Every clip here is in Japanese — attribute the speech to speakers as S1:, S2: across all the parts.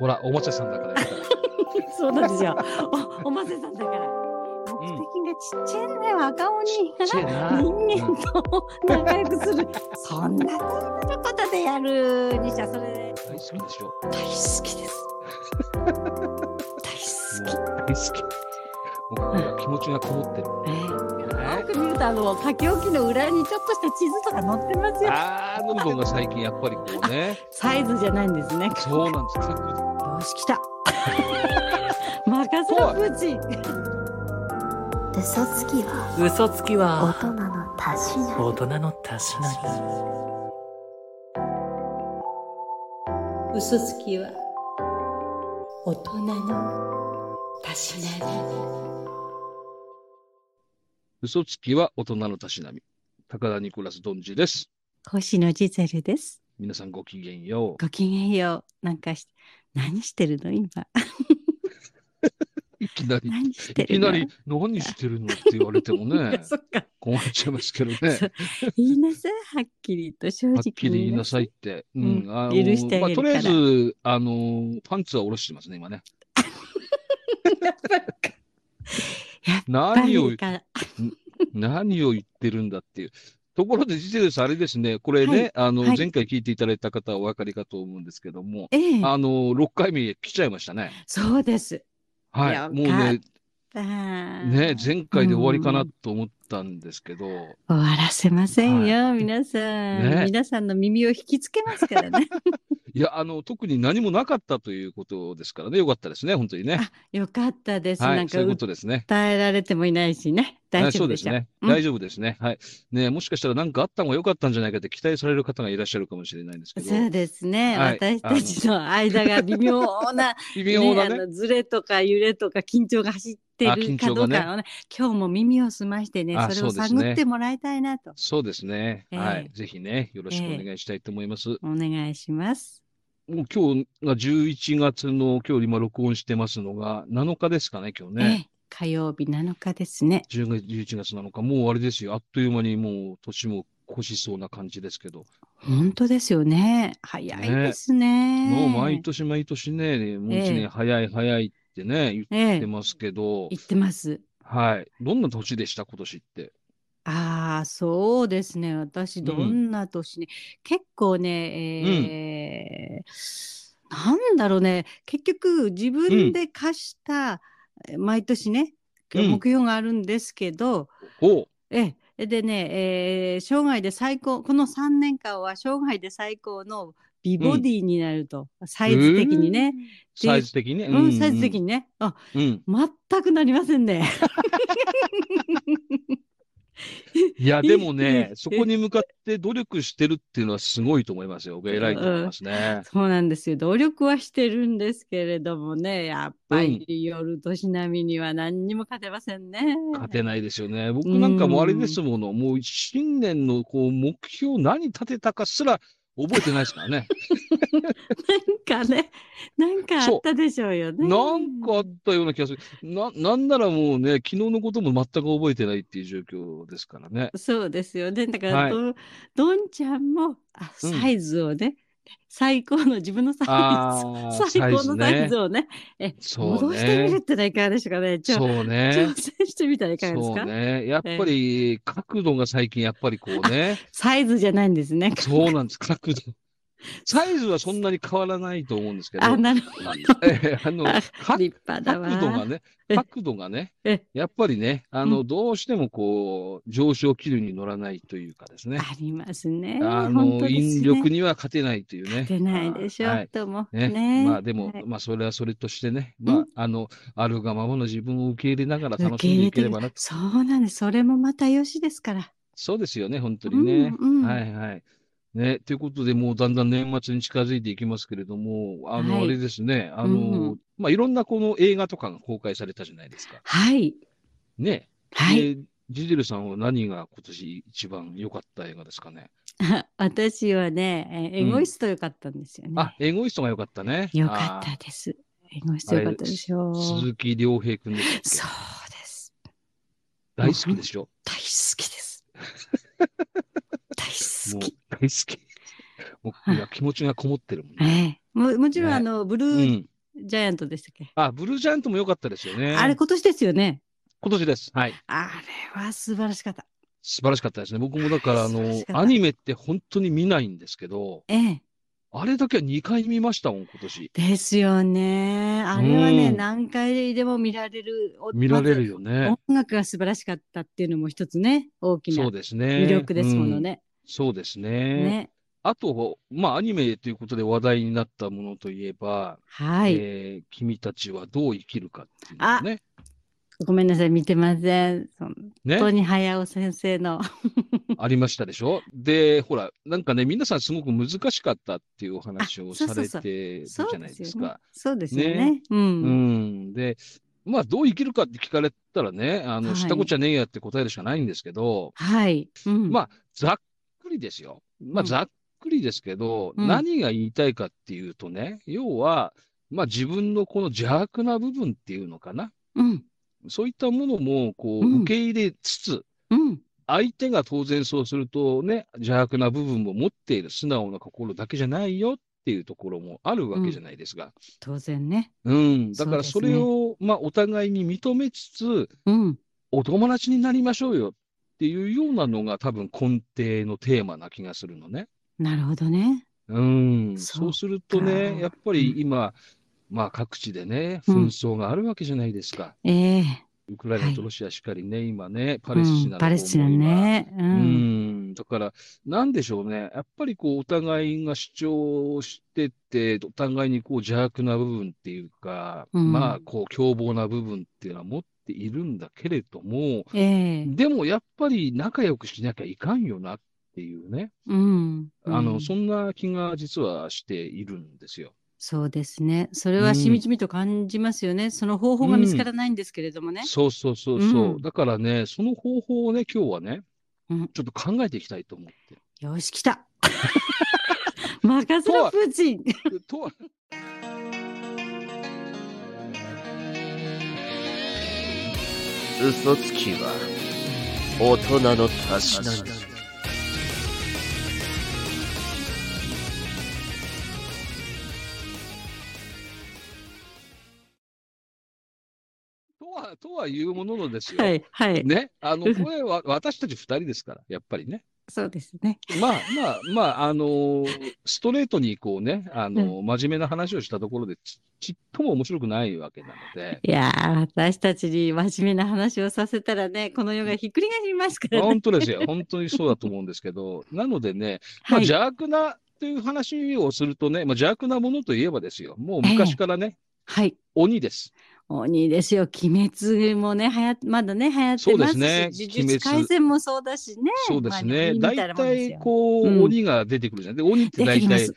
S1: ほら、おもちゃさんだから。
S2: そうなんですよ。お、おませさんだから。目的がちっちゃいんだよ、赤鬼。
S1: ちっちゃいな
S2: 人間と仲良くする。そんなことでやる、にしゃ、そ
S1: 大
S2: れ。
S1: 好きでしょ。
S2: 大好きです。大好き。
S1: 大好き。もうなんか気持ちがこもってる。は
S2: よく見ると、あの、書き置きの裏にちょっとした地図とか載ってますよ。
S1: あー、どんどんが最近やっぱりこうね。
S2: サイズじゃないんですね。
S1: そうなんです。各自
S2: よし、来た。任せろ、プーチン。
S3: 嘘つきは
S4: 嘘つき
S3: 大
S4: は
S3: 人のたしなみ
S4: 大人のたしなみ
S5: 嘘つきは大人のたしなみ
S1: 嘘つきは大人のたしなみ。高田ニコラスドンジです。
S2: 星野ジゼルです。
S1: 皆さんごきげんよ
S2: ごきげんよう。なんかし、何してるの今。
S1: う。いきなり、
S2: 何して
S1: い
S2: る
S1: き
S2: の
S1: なり、何してるのって言われても
S2: いや
S1: ね、
S2: そっか。
S1: 困っちゃいますけどね。
S2: そう言いなさい、はっきりと正直
S1: はっきり言いなさいって。う
S2: うん
S1: ん。あの
S2: 許してあげ
S1: まあ、と
S2: る
S1: りあえ
S2: か
S1: ず、あの、パンツは下ろしてますね、 今ね。何を
S2: 言、か
S1: 何を言ってるんだっていう。ところで、ジゼルさん、あれですね、これ
S2: は
S1: ね
S2: い、
S1: あの、
S2: はい
S1: 前回聞いていただいた方はお分かりかと思うんですけども、
S2: ええ、
S1: あの、6回目来ちゃいましたね。
S2: そうです。
S1: はい。
S2: よかっ
S1: もうね、
S2: あー
S1: ね、前回で終わりかなと思ったんですけど、
S2: 終わらせませんよ、皆さん、
S1: ね
S2: 皆さんの耳を引きつけますか らね。
S1: いや、あの、特に何もなかったということですからね、よかったですね、本当にね。
S2: よかったです。
S1: は
S2: なん
S1: い、そ
S2: か
S1: ういうことですね。
S2: 訴えられてもいないしね。大丈
S1: そう
S2: 夫で
S1: で
S2: し
S1: す
S2: た。
S1: ね。
S2: うん
S1: 大丈夫ですね。はい。ね、もしかしたら何かあった方が良かったんじゃないかって期待される方がいらっしゃるかもしれないん ですけど、
S2: そうですね、
S1: はい
S2: 私たちの間が微妙な
S1: 微妙な
S2: ねあ
S1: ね、
S2: のずれとか揺れとか緊張が走って
S1: あ
S2: る
S1: 緊
S2: か
S1: 張
S2: ど
S1: が
S2: う
S1: ね
S2: かのね今日も耳を澄ましてね
S1: あ
S2: それを
S1: そうですね
S2: 探ってもらいたいなと
S1: そうですね。
S2: ええ
S1: はい。ぜひね、よろしくお願いしたいと思います。
S2: お願いします。
S1: もう今日が11月の、今日今録音してますのが7日ですかね、今日ね。
S2: ええ、火曜日7日ですね。
S1: 10月、11月なのか、もうあれですよ。あっという間にもう年も越しそうな感じですけど、
S2: 本当ですよね。早いですね。
S1: もう毎年毎年ね、もう一
S2: ええ
S1: 年早い早いってね、言
S2: え
S1: って
S2: え、
S1: ますけど、
S2: 言ってます。
S1: はい。どんな年でした、今年って。
S2: ああ、そうですね。私、どんな年に、結構ね、えーなんだろうね。結局、自分で課した、毎年ね、
S1: うん
S2: 目標があるんですけど、
S1: おう
S2: ええ、でね、えー生涯で最高、この3年間は生涯で最高の美ボディになると、サイズ的にね。ていう
S1: サイズ的にね。
S2: うん、サイズ的にね。あ、
S1: うん。
S2: 全くなりませんね。、
S1: いや、でもね そこに向かって努力してるっていうのはすごいと思いますよ。僕偉いと思いますね。
S2: そうなんですよ。努力はしてるんですけれどもね、やっぱり夜年並みには何にも勝てませんね。
S1: 勝てないですよね。僕なんかもあれですもの、もう新年のこう目標何立てたかすら覚えてないですからね。
S2: なんかね、なんかあったでしょうよ ね。
S1: なんかあったような気がする。な、なんならもうね、昨日のことも全く覚えてないっていう状況ですから ね。
S2: そうですよね。だから、
S1: はい
S2: どどんちゃんもあ
S1: うん
S2: サイズをね、最高の自分のサ
S1: あ
S2: イ
S1: あ、
S2: ズ、最高のサイズ
S1: ね。
S2: をね、え
S1: そう
S2: 戻してみるっ
S1: ね。
S2: てのはいかがでしょうかね。ちょ
S1: そうね
S2: 挑。戦してみたらいかがです
S1: そう
S2: か、
S1: ね。やっぱり角度が最近やっぱりこうね。
S2: サイズじゃないんですね。
S1: そうなんです、角度。サイズはそんなに変わらないと思うんですけど、
S2: あ、
S1: あの
S2: なるほど。
S1: ええあの
S2: あ
S1: 角
S2: 立派だわ。
S1: 角度がね
S2: え、
S1: 角度がね
S2: え、
S1: やっぱりね、あ
S2: う
S1: の、どうしてもこう、上昇気流に乗らないというかですね、
S2: ありますね。
S1: あ
S2: 本
S1: の、
S2: 当ですね
S1: 引力には勝てないというね。
S2: 出ないでしょ
S1: は
S2: う
S1: い
S2: とも。
S1: ね、まあでも
S2: はい、
S1: まあそれはそれとしてね、
S2: う
S1: ま
S2: ん
S1: あ、あの、あるがままの自分を受け入れながら
S2: 受
S1: 楽
S2: け
S1: しんで
S2: 入れ
S1: いけ
S2: て
S1: れ
S2: る
S1: ばな。
S2: そうなんです。それもまたよしですから。
S1: そうですよね、本当にね。
S2: うんうん
S1: はいはい。ね、ということで、もうだんだん年末に近づいていきますけれども、あ
S2: は
S1: の、
S2: い
S1: あれですね、あ
S2: うんう
S1: の、まあ、いろんなこの映画とかが公開されたじゃないですか。
S2: はい。
S1: ね。
S2: はい。
S1: でジゼルさんは何が今年一番良かった映画ですかね。
S2: 私はね、えエ
S1: うん
S2: ゴイスト良かったんですよね。
S1: あ、エゴイストが良かったね。
S2: 良かっ
S1: あ
S2: たです。エゴイスト良かったでしょう。
S1: ー。
S2: そう
S1: 鈴木亮平君で
S2: で
S1: したっ
S2: す。
S1: け大好きでしょ。
S2: 大好き です。
S1: もう
S2: 大好き。
S1: 大好き。もういや気持ちがこもってるもん
S2: え
S1: ね。
S2: え、ももちろん、
S1: ね
S2: あの、ブル
S1: う
S2: ー
S1: ん。
S2: ジャイアントでしたっけ、
S1: あ、ブルージャイアントも良かったですよね。
S2: あれ、今年ですよね。
S1: 今年です。はい。
S2: あれは素晴らしかった。
S1: 素晴らしかったですね。僕もだから、あ
S2: 素晴ら
S1: の
S2: し、かった
S1: アニメって本当に見ないんですけど、
S2: ええ。
S1: あれだけは2回見ましたもん、今年。
S2: ですよね。あれはね、
S1: うん
S2: 何回でも見られる。お
S1: 見られるよね
S2: ま。ず音楽が素晴らしかったっていうのも一つね、大き
S1: そ
S2: な
S1: うですね。
S2: 魅力ですもの
S1: うん。
S2: ね。
S1: そうですね。
S2: ね。
S1: あと、まあ、アニメということで話題になったものといえば、
S2: はい、
S1: えー君たちはどう生きるかっていうのもね。
S2: ごめんなさい、見てません。本
S1: ね。
S2: 当に早尾先生 の。
S1: ありましたでしょで、ほら、なんかね、皆さんすごく難しかったっていうお話を
S2: あそう
S1: さ
S2: そう
S1: れ
S2: そう
S1: てるじ
S2: そう
S1: ゃな
S2: で
S1: い
S2: す
S1: で
S2: よ
S1: す
S2: ね
S1: か。。
S2: そうですよね。
S1: ね
S2: う。
S1: うんん。で、まあ、どう生きるかって聞かれたらね、あ
S2: は
S1: の、
S2: い
S1: したこっちゃねえやって答えるしかないんですけど、
S2: はい。うん、
S1: まあ、ざっくりですよ。まあ、
S2: うん
S1: ざっくりですけど、
S2: うん
S1: 何が言いたいかっていうとね、要は、まあ、自分のこの邪悪な部分っていうのかな。
S2: うん。
S1: そういったものも、こう、
S2: うん
S1: 受け入れつつ、
S2: うん。
S1: 相手が当然そうするとね、邪悪な部分も持っている素直な心だけじゃないよっていうところもあるわけじゃないですか。
S2: 当然ね。
S1: うん。だからそれを、まあ、お互いに認めつつ、
S2: うん。
S1: お友達になりましょうよっていうようなのが多分根底のテーマな気がするのね。
S2: なるほどね。
S1: うん。
S2: そ
S1: そ
S2: っか
S1: うするとね、やっぱり今、まあ各地でね、紛争があるわけじゃないですか。
S2: ええ
S1: ウクライナとロシアしかりね、今ね、パレスチナ
S2: うん
S1: の
S2: パレスチナ
S1: 方も今
S2: ね。う。
S1: うんん、だから、なんでしょうね。やっぱりこう、お互いが主張してって、お互いにこう、邪悪な部分っていうか、
S2: うん
S1: まあ、こう、凶暴な部分っていうのは持っているんだけれども、
S2: ええ
S1: でもやっぱり仲良くしなきゃいかんよなっていうね、
S2: うん。
S1: あ
S2: う
S1: の、
S2: ん
S1: そんな気が実はしているんですよ。
S2: そうですね。それはしみじみと感じますよね。その方法が見つからないんですけれどもね。
S1: そうそうそうそうう。
S2: ん
S1: だからね、その方法をね、今日はね
S2: うん、
S1: ちょっと考えていきたいと思ってる。
S2: よし、来た。 任せろ、プーチ ン。
S1: とは
S4: 嘘つきは大人のたしなみ
S1: とは、とはいうもののですよ。
S2: はい、はい。
S1: ね、 あの
S2: うん、
S1: これは私たち二人ですから、やっぱりね。
S2: そうですね。
S1: まあまあまあ、あのーストレートにこうね、あのー真面目な話をしたところでち、ちっとも面白くないわけなの で、
S2: いやー、私たちに真面目な話をさせたらね、この世がひっくり返りますからね。
S1: 本当ですよ。本当にそうだと思うんですけど、なのでね、まあ、
S2: はい。
S1: 邪悪なという話をするとね、まあ、邪悪なものといえばですよ、もう昔からね、
S2: はい。
S1: 鬼です。
S2: 鬼ですよ。鬼滅もね、はや、まだね、流行ってますし、
S1: そうですね
S2: 呪術回戦もそうだしね。
S1: そうですね。
S2: ま
S1: 大
S2: あみたいなもんで
S1: 体
S2: すよ
S1: こう、
S2: うん
S1: 鬼が出てくるじゃない。で、鬼って
S2: 出て
S1: 大
S2: きま
S1: 体、
S2: す。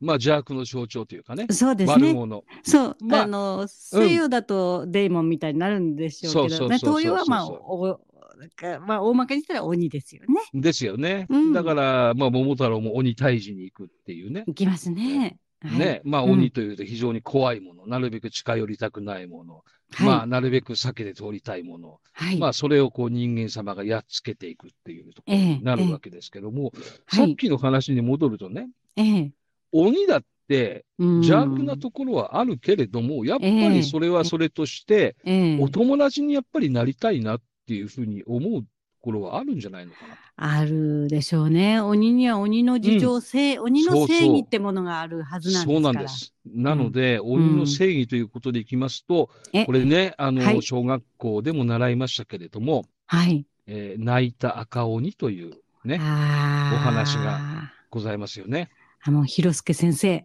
S1: まあ邪悪の象徴というかね、
S2: そうです
S1: 悪
S2: ね。
S1: 者。
S2: そう、
S1: まあ
S2: あの西洋だとデイモンみたいになるんでしょうけ
S1: そ
S2: ど、
S1: う
S2: ね、
S1: そうそうそう
S2: 東洋はまあ
S1: そう
S2: おなんかまあ大まかに言ったら鬼ですよね。
S1: ですよね。
S2: うん
S1: だから、まあ、桃太郎も鬼退治に行くっていうね。
S2: いきますね。はい、
S1: ね。まあ、
S2: うん
S1: 鬼というと非常に怖いもの、なるべく近寄りたくないもの、
S2: はい、
S1: まあ、なるべく避けて通りたいもの、
S2: はい、
S1: まあ、それをこう人間様がやっつけていくっていうところになるわけですけども、
S2: ええ
S1: さっきの話に戻るとね、
S2: ええ、
S1: 鬼だって邪
S2: 邪
S1: 悪なところはあるけれども、やっぱ
S2: ええ
S1: りそれはそれとして、
S2: ええ
S1: お友達にやっぱりなりたいなっていうふうに思うところはあるんじゃないのかなと。
S2: あるでしょうね。鬼には鬼の事情、正鬼
S1: そうそ
S2: の
S1: う
S2: 正義ってものがあるはずなんです
S1: そうな
S2: から。
S1: んです。なので、鬼の正義ということでいきますと、
S2: え
S1: これね、あの、
S2: はい
S1: 小学校でも習いましたけれども、
S2: はい。
S1: えー泣いた赤鬼というね、
S2: ああ。
S1: お話が。ございますよね。
S2: あの、広助先生。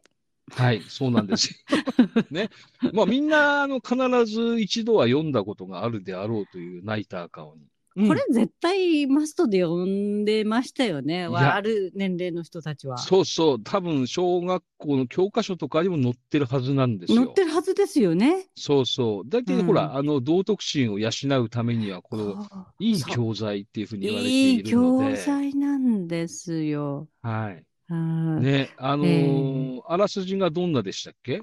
S1: はい、そうなん です。ね。まあみんな、あの、必ず一度は読んだことがあるであろうという泣いた赤鬼。うん
S2: これ絶対マストで読んでましたよね。
S1: や
S2: わある年齢の人たちは。
S1: そうそう、多分小学校の教科書とかにも載ってるはずなんですよ。
S2: 載ってるはずですよね。
S1: そうそう。だけど、
S2: うん
S1: ほら、あの、道徳心を養うためには、これを
S2: あ
S1: いい
S2: そう
S1: 教材っていうふうに言われて
S2: い
S1: い
S2: い
S1: るので。
S2: 教材なんですよ。
S1: はい。
S2: うん
S1: ね、あのー
S2: え
S1: あらすじがどんなでしたっけ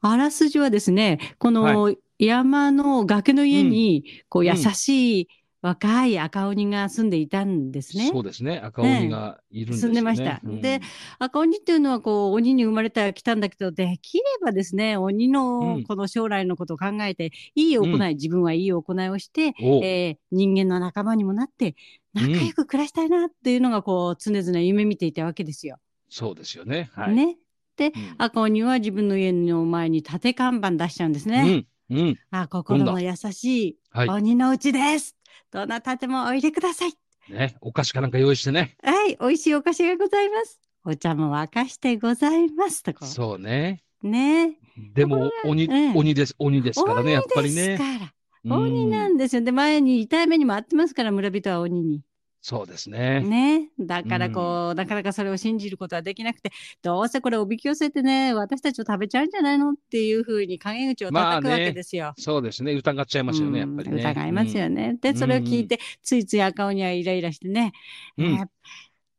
S2: あらすじはですね、この山の崖の家に、こう
S1: うん
S2: 優しい若い赤鬼が住んでいたんですね。
S1: そうですね。赤鬼がいるんです
S2: 住
S1: ね。
S2: んでました
S1: うん
S2: で、赤鬼っていうのはこう鬼に生まれてきたんだけどできればですね鬼
S1: う
S2: の
S1: ん
S2: この将来のことを考えて、いい行い、
S1: うん
S2: 自分はいい行いをして、
S1: おう
S2: えー人間の仲間にもなって
S1: うん
S2: 仲良く暮らしたいなっていうのがこう常々夢見ていたわけですよ。
S1: そうですよね。はい。
S2: ね。
S1: うん
S2: 赤鬼は自分の家の前に縦看板出しちゃうんですね。
S1: うん。うん。
S2: あ心の優しい
S1: はい。
S2: 鬼のうちです。どなたでもおいでください。
S1: ね。お菓子かなんか用意してね。
S2: はい、美味しいお菓子がございます。お茶も沸かしてございますとか。
S1: そうね。
S2: ね。
S1: でも、鬼、
S2: うん
S1: 鬼です。鬼ですからね、やっぱり
S2: です
S1: ね。
S2: から。鬼な
S1: うん
S2: んですよ。で、前に痛い目にもあってますから、村人は鬼に。
S1: そうですね。
S2: ね。だからこう、なかなかそれを信じることはできなくて、どうせこれおびき寄せてね、私たちを食べちゃうんじゃないのっていうふうに陰口を
S1: まあ
S2: 叩く
S1: ね
S2: わけですよ。
S1: そうですね。疑っちゃいますよね、やっぱり
S2: うん
S1: ね。
S2: 疑いますよね。
S1: う
S2: で、
S1: ん
S2: それを聞いて、ついつい赤鬼はイライラしてね、
S1: うん。うん
S2: ね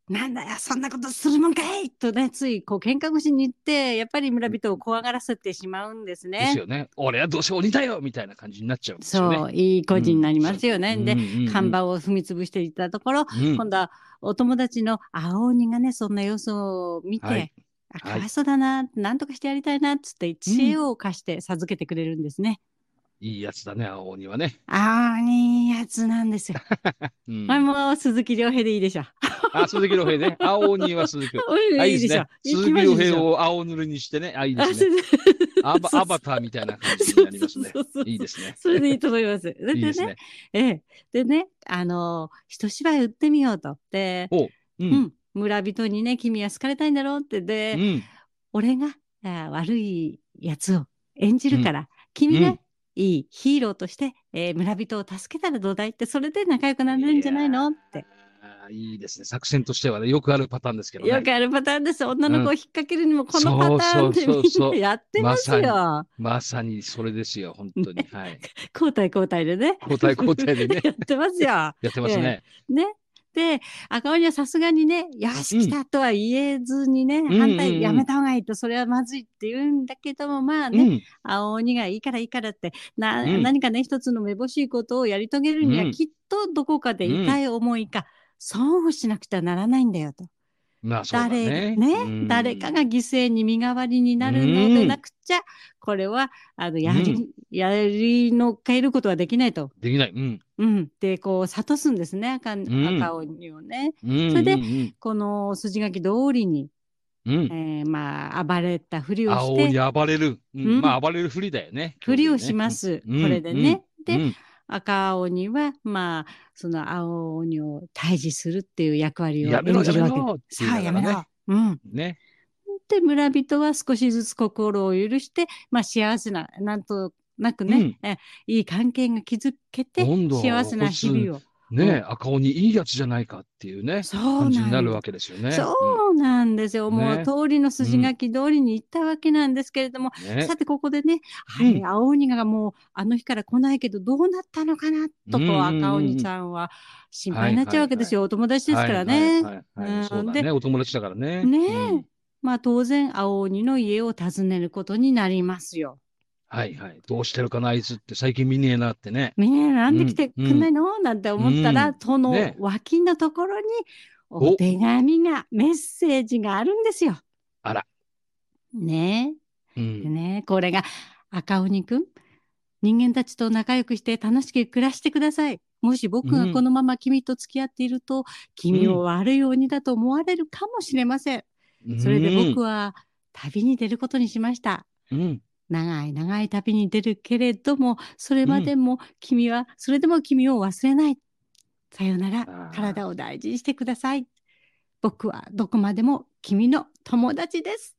S2: なんだよ、そんなことするもんかいとね、ついこう喧嘩腰に行って、やっぱり村人を怖がらせてしまうんです
S1: です
S2: ね。
S1: よね。俺はどうせ鬼だよみたいな感じになっちゃうんですよね。
S2: そう、いい孤児になりますよね。で、
S1: で
S2: 看、板を踏み潰していたところ、
S1: うんうん
S2: 今度はお友達の青鬼がね、そんな様子を見て、
S1: はいは
S2: あか
S1: い
S2: わいそうだな、なんとかしてやりたいなっつって知恵を貸して授けてくれるんですね。
S1: いいやつだね、青鬼はね。
S2: 青鬼やつなんですよ。
S1: うん
S2: あもう鈴木亮平でいいでしょ。
S1: あ、鈴木亮平 ね。青鬼は鈴木。あ、いいですね。鈴木亮平を青ぬるにしてね。あ、いいですね。ア バアバターみたいな感じになりますね。いいですね。
S2: それでいいと思います。
S1: いい
S2: で
S1: です
S2: ね、
S1: ね。
S2: ええ、でね、あのー、一芝居売ってみようと。で、
S1: おう。う。
S2: うんん、村人にね、君は好かれたいんだろうって、で、
S1: うん。
S2: 俺があー悪いやつを演じるから、君
S1: う
S2: が
S1: ん
S2: いいヒーローとして、えー村人を助けたらどうだいって、それで仲良くなれるんじゃないのって。
S1: あいいですね。作戦としてはね、よくあるパターンですけど
S2: よ
S1: ね。
S2: くあるパターンです。女の子を引っ掛けるにも、この
S1: そう
S2: パターンでみ
S1: そうそ
S2: ん
S1: う
S2: な やってます
S1: ま
S2: よ。
S1: まさにそれですよ、本当 に。はい。
S2: 交代交代でね。
S1: 交代交代で ね
S2: やってますよ。
S1: やってますね。
S2: ね。で、赤鬼はさすがにね、よし、
S1: うん
S2: 来たとは言えずにね、
S1: ん
S2: 反
S1: うんう
S2: 対
S1: ん
S2: やめた方がいいと、それはまずいって言うんだけども、まあ
S1: う
S2: ね、
S1: ん。
S2: 青鬼がいいからいいからって、な、
S1: うん
S2: 何かね、一つのめぼしいことをやり遂げるに
S1: うん
S2: は、きっとどこかで痛い思いか、損をしなくてはならないんだよと。
S1: まあ、そうだ
S2: 誰
S1: ね。
S2: ね
S1: うん
S2: 誰かが犠牲に身代わりになるのでなくちゃ、これは、あの、やり、
S1: うん
S2: やりのけることはできないと。
S1: できない。うん。
S2: うん、でこう諭すんですね赤,、
S1: ん
S2: 赤鬼をね
S1: うん
S2: それで
S1: うんうん
S2: この筋書き通りに、
S1: うん
S2: え。ーまあ暴れたふりを
S1: 青
S2: し
S1: 鬼
S2: て
S1: 暴れる。うん
S2: うん
S1: まあ、暴れるふりだよね。
S2: ふりをしま
S1: ね。
S2: す、
S1: うん
S2: これでね。
S1: うん
S2: で
S1: うん
S2: 赤鬼はまあその青鬼を退治するっていう役割を
S1: やめろ
S2: 演じるわ
S1: やめろっ
S2: け
S1: て
S2: さ
S1: 言い
S2: あ
S1: な
S2: や
S1: がら
S2: め
S1: ね
S2: ろ。うん、
S1: ね。
S2: で村人は少しずつ心を許して、まあ、幸せななんとなくね、えいい関係が築けて
S1: 今度は
S2: 幸せな日々を。
S1: ね
S2: う
S1: え、赤鬼いいやつじゃないかっていうね、
S2: そう
S1: 感じ
S2: なん
S1: にな
S2: だ
S1: るわけですよね。
S2: そうなんですよ。もう
S1: ね
S2: 通りの筋書き通りに行ったわけなんですけれども、
S1: うんね
S2: さてここでね、
S1: うん
S2: はい、青鬼がもうあの日から来ないけどどうなったのかなとこ
S1: うんう
S2: うん
S1: うんうん
S2: 赤鬼ちゃんは心配になっちゃうわけですよ。お友達ですから
S1: はい
S2: ね。
S1: はいはいはい
S2: うん
S1: そうだね。
S2: で
S1: お友達だからね。
S2: ねえ
S1: うん
S2: まあ当然青鬼の家を訪ねることになりますよ。
S1: はいはい。どうしてるかな、あいつって最近見ねえなってね。
S2: みんななんで来てくんないの、なんて思ったら、
S1: うん
S2: その
S1: ね
S2: 脇のところに
S1: お
S2: お手紙がメッセージがあるんですよ。
S1: あら。
S2: ねえ。
S1: うん。
S2: ね、これが赤鬼くん人間たちと仲良くして楽しく暮らしてください。もし僕がこのまま君と付き合っていると、君を悪い鬼だと思われるかもしれません。それで僕
S1: は。
S2: は旅に出ることにしました。
S1: うん。
S2: 長い長い旅に出るけれども、それまでも君は、それでも君を忘れない。さよな
S1: ー
S2: ら、体を大事にしてください。僕はどこまでも君の友達です。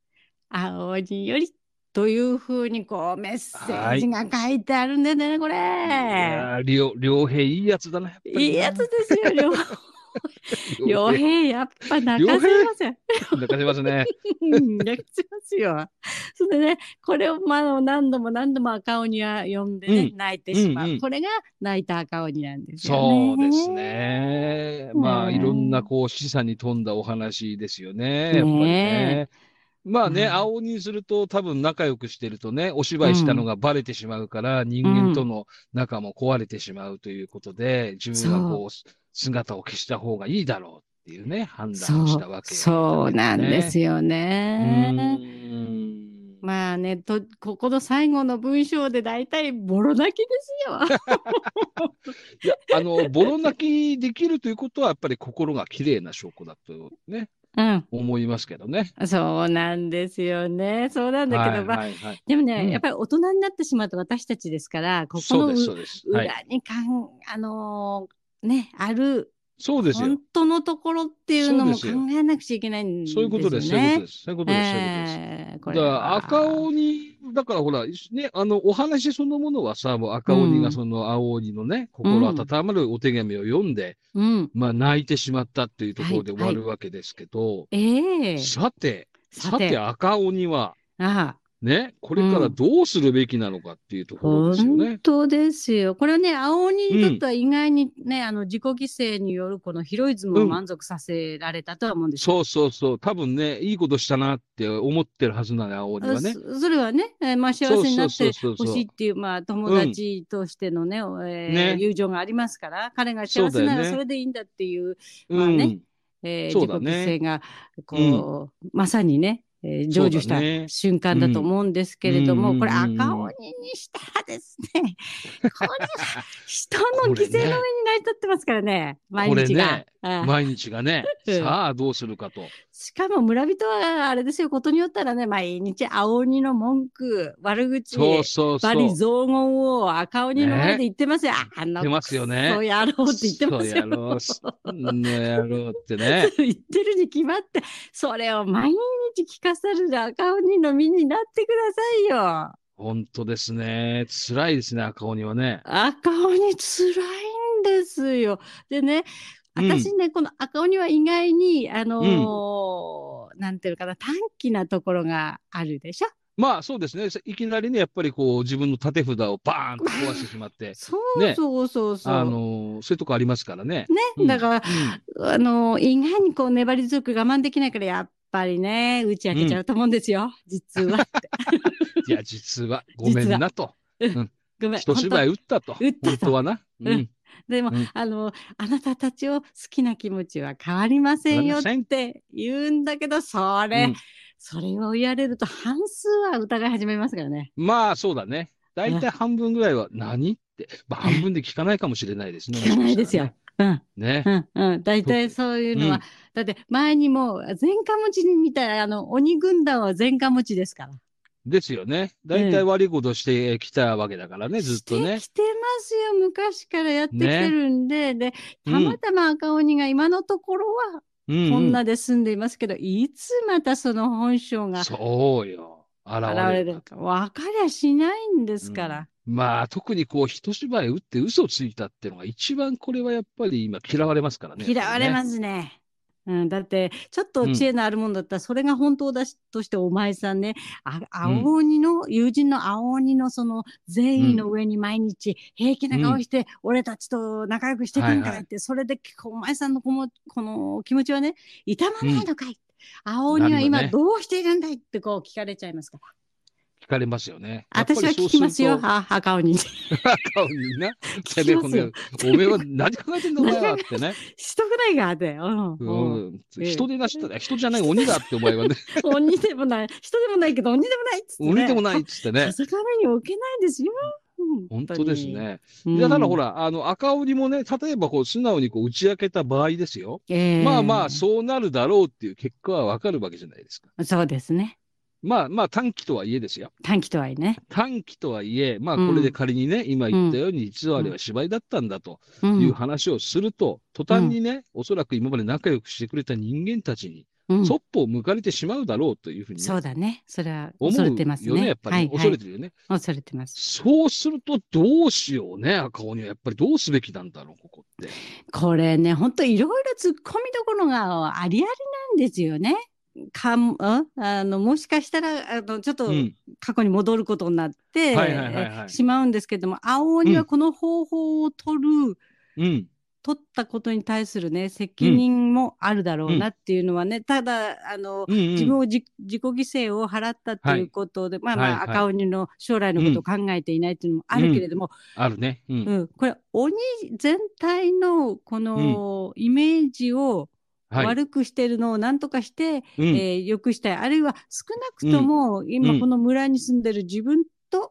S2: 青鬼より。というふうにこうメッセージが書いてあるんだよね、こ
S1: い
S2: れ。
S1: やーりょ両平いいやつだな、やっぱりない
S2: いやつですよ、両 両
S1: 平。
S2: 平。やっぱ泣かせません。
S1: 泣かせますね。
S2: うん泣きますよ。それでね、これをまあ何度も何度も赤鬼は読んでね、
S1: う
S2: 泣いてしまう、
S1: うんうん
S2: これが泣いた赤鬼なんです
S1: そ
S2: よね。
S1: うです。ね。まあ、
S2: ねえ
S1: いろんなこう、示唆に富んだお話ですよね。やっぱりね。まあね、
S2: うん
S1: 青にすると多分仲良くしてるとね、お芝居したのがバレてしまうから、人間との仲も壊れてしまうということで、自分がこう、姿を消した方がいいだろうっていうね、判断をし
S2: そ
S1: たわ
S2: う、
S1: け、
S2: そうなんです
S1: よ。
S2: よ
S1: う
S2: ね。
S1: ん。
S2: まあね、と、ここの最後の文章で大体ボロ泣きですよ。
S1: いや、あの、ボロ泣きできるということは、やっぱり心が綺麗な証拠だとね、
S2: うん、
S1: 思いますけどね。
S2: そうなんですよね。そうなんだけど、まあ、
S1: はいはい。
S2: でも
S1: うん
S2: ね、やっぱり大人になってしまうと私たちですから、ここ
S1: そう
S2: の
S1: です、そううです。はい。
S2: 裏にかん、あのーね、ある
S1: そうですよ
S2: 本。当のところっていうのも
S1: そ
S2: 考
S1: うですよ
S2: えなくちゃいけないんです
S1: そう
S2: よ
S1: いう
S2: ね。
S1: ことです、そういうことです、そういうことです、そういうことです。
S2: えーこ
S1: だ
S2: れ
S1: から
S2: は
S1: 赤鬼、だからほら、ね、あの、お話そのものはさ、もう赤鬼
S2: う
S1: が
S2: ん
S1: その青鬼のね、心温まるお手紙を読んで、
S2: うん。
S1: まあ泣いてしまったっていうところで
S2: はい
S1: 終わるわけですけど、
S2: ええ
S1: さて、さ
S2: さて
S1: て赤鬼は、
S2: ああ、
S1: ね、これからどうするべきなのかっていうところですよね
S2: 本。当ですよ。これはね、青鬼にとっては意外にね、あの自己犠牲によるこのヒロイズムを満足させられたとは思うんですよ。
S1: そうそうそう、多分ね、いいことしたなって思ってるはずなのよ、青鬼はね。
S2: そそれはね、えーまあ幸
S1: そう
S2: せになって
S1: そうそ
S2: ほ
S1: うそうそ
S2: しいうっていう、まあ友達としてのね、えー
S1: ね
S2: 友情がありますから、彼が幸せ
S1: そうだ
S2: な
S1: よ
S2: ら
S1: ね
S2: それでいいんだっていう、
S1: う
S2: まあね
S1: ん。
S2: えー
S1: そう
S2: 自己
S1: だ
S2: 犠
S1: ね
S2: 牲が、こう、まさにね、えー成就した
S1: そうだね
S2: 瞬間だと思うんですけれども、
S1: うん
S2: これ
S1: うんうん
S2: 赤
S1: うん
S2: 鬼にしたらです ね、これは人の犠牲の上に成り立ってますからね、毎
S1: これ
S2: 日が。
S1: ね
S2: ああ
S1: 毎日がね、
S2: うん
S1: さあどうするかと。
S2: しかも村人はあれですよ、ことによったらね、毎日青鬼の文句、悪口、
S1: そうそうそう。
S2: バリ雑言を赤鬼の前で言ってますよ。あの
S1: 言ってますよね
S2: そうやろうって言ってますよ。。
S1: そうやろう。ね、野郎ってね
S2: 言ってるに決まって、それを毎日聞かせる赤鬼の身になってくださいよ。
S1: 本当ですね。辛いですね、赤鬼はね。
S2: 赤鬼つらいんですよ。でね、
S1: うん
S2: 私ね、この赤鬼は意外に、あのーなんていうのかな、短気なところがあるでしょ。
S1: まあそうですね。いきなりね、やっぱりこう自分の縦札をバーンと壊してしまって、
S2: そう
S1: ね
S2: そうそうそう。
S1: あのーそういうとこありますからね。
S2: ね、だから、
S1: うん
S2: あの、意外にこう粘り強く我慢できないから、やっぱりね、打ち明けちゃうと思うんですよ。実は。
S1: いや、実はごめんな と。
S2: ごめん。
S1: 一芝居打ったと。
S2: 打ったと
S1: 本当はな。
S2: うん
S1: うん。
S2: 本当でも、
S1: うん
S2: あの、あなたたちを好きな気持ちは変わりませんよっ
S1: 変わりま
S2: て言うんだけど、それ、
S1: うん
S2: それを言われると半数は疑い始めますからね。
S1: まあそうだね。だいたい半分ぐらいは何って。まあ半分で聞かないかもしれないですね。
S2: 聞かないですよ。うん、
S1: ね
S2: う。ん、うん。大体そういうのは、
S1: うん
S2: だって前にも、前科持ちみたいな、あの、鬼軍団は前科持ちですから。
S1: ですよね。だいたい悪いことしてきたわけだからね、ずっとね
S2: し。てきてますよ、昔からやってきてるんで、で、た
S1: うん
S2: またま赤鬼が今のところは
S1: こ
S2: こんなで済んでいますけど、いつまたその本性が現
S1: そうよ。現れ
S2: れ
S1: る
S2: るか分かりゃしないんですから。
S1: まあ、特にこう、一芝居打って嘘ついたってのが一番これはやっぱり今嫌われますからね。。
S2: 嫌われますすね。うん、だってちょっと知恵のあるもんだったら、それが本当だしとしてお前さんねあ青鬼の、友人の青鬼のその善意の上に毎日平気な顔して、俺たちと仲良くしてくんかいって、
S1: はい
S2: それでお前さんのこのこの気持ちはね痛まないのかい、青鬼は
S1: な
S2: 今
S1: るよね
S2: どうしているんだいってこう聞かれちゃいますから
S1: 聞かれますよね。
S2: 私は聞きま すよ
S1: やっぱ
S2: あ赤鬼に
S1: りそうすると。顔にな。
S2: 聞
S1: てめ
S2: き
S1: え
S2: ま
S1: こ
S2: すよ
S1: のおめえは何考えてんだお前は ってね。
S2: 人ぐらいがで、うん
S1: う
S2: うん
S1: ん。人でなしたら、人じゃない鬼だってお前はね。
S2: 鬼でもない人でもないけど鬼でもないっつって、ね、
S1: 鬼でもないっつってね。
S2: 笹亀に置けないですよ。
S1: 本当ですね。
S2: に。
S1: だからほ
S2: ら、
S1: ら、あの、赤鬼もね、例えばこう、素直にこう、打ち明けた場合ですよ。
S2: ええ
S1: まあまあ、そうなるだろうっていう結果はわかるわけじゃないですか。
S2: そうですね。
S1: まあまあ、短期とはいえですよ。
S2: 短期とはいえね。
S1: 短期とはいえ、まあ
S2: うん
S1: これで仮にね、今言ったように、一度あれは芝居だったんだと
S2: う。
S1: いうん話をすると、途端にね、おそらく今まで仲良くしてくれた人間たちに、
S2: うん
S1: そっぽを向かれてしまうだろうというふうにね、
S2: そうだね。それは
S1: 思
S2: 恐
S1: う
S2: れ
S1: よ
S2: てますね。
S1: ね、やっぱり。恐れ
S2: て
S1: てるよね。
S2: 恐れてます。
S1: そうすると、どうしようね、赤鬼は。やっぱりどうすべきなんだろう、ここって。
S2: これね、本当いろいろ突っ込みどころがありありなんですよね。かんああのもしかしたらあのちょっと
S1: うん。
S2: 過去に戻ることになって
S1: はいはいはいはい
S2: しまうんですけども青鬼はこの方法を取る
S1: うん。
S2: 取ったことに対するね責任もあるだろうなっていうのはね、ただあの、
S1: うんうん
S2: 自分をじ自己犠牲を払ったっていうことで、まあまあ、
S1: はいはい
S2: 赤鬼の将来のことを考えていないっていうのもあるけれども、
S1: あるね。う
S2: うん
S1: ん。
S2: これ鬼全体のこのイメージを
S1: はい。
S2: 悪くしてるのをなんとかして、
S1: う
S2: え
S1: ん。
S2: ー良くしたいあるいは少なくとも今この村に住んでる自分と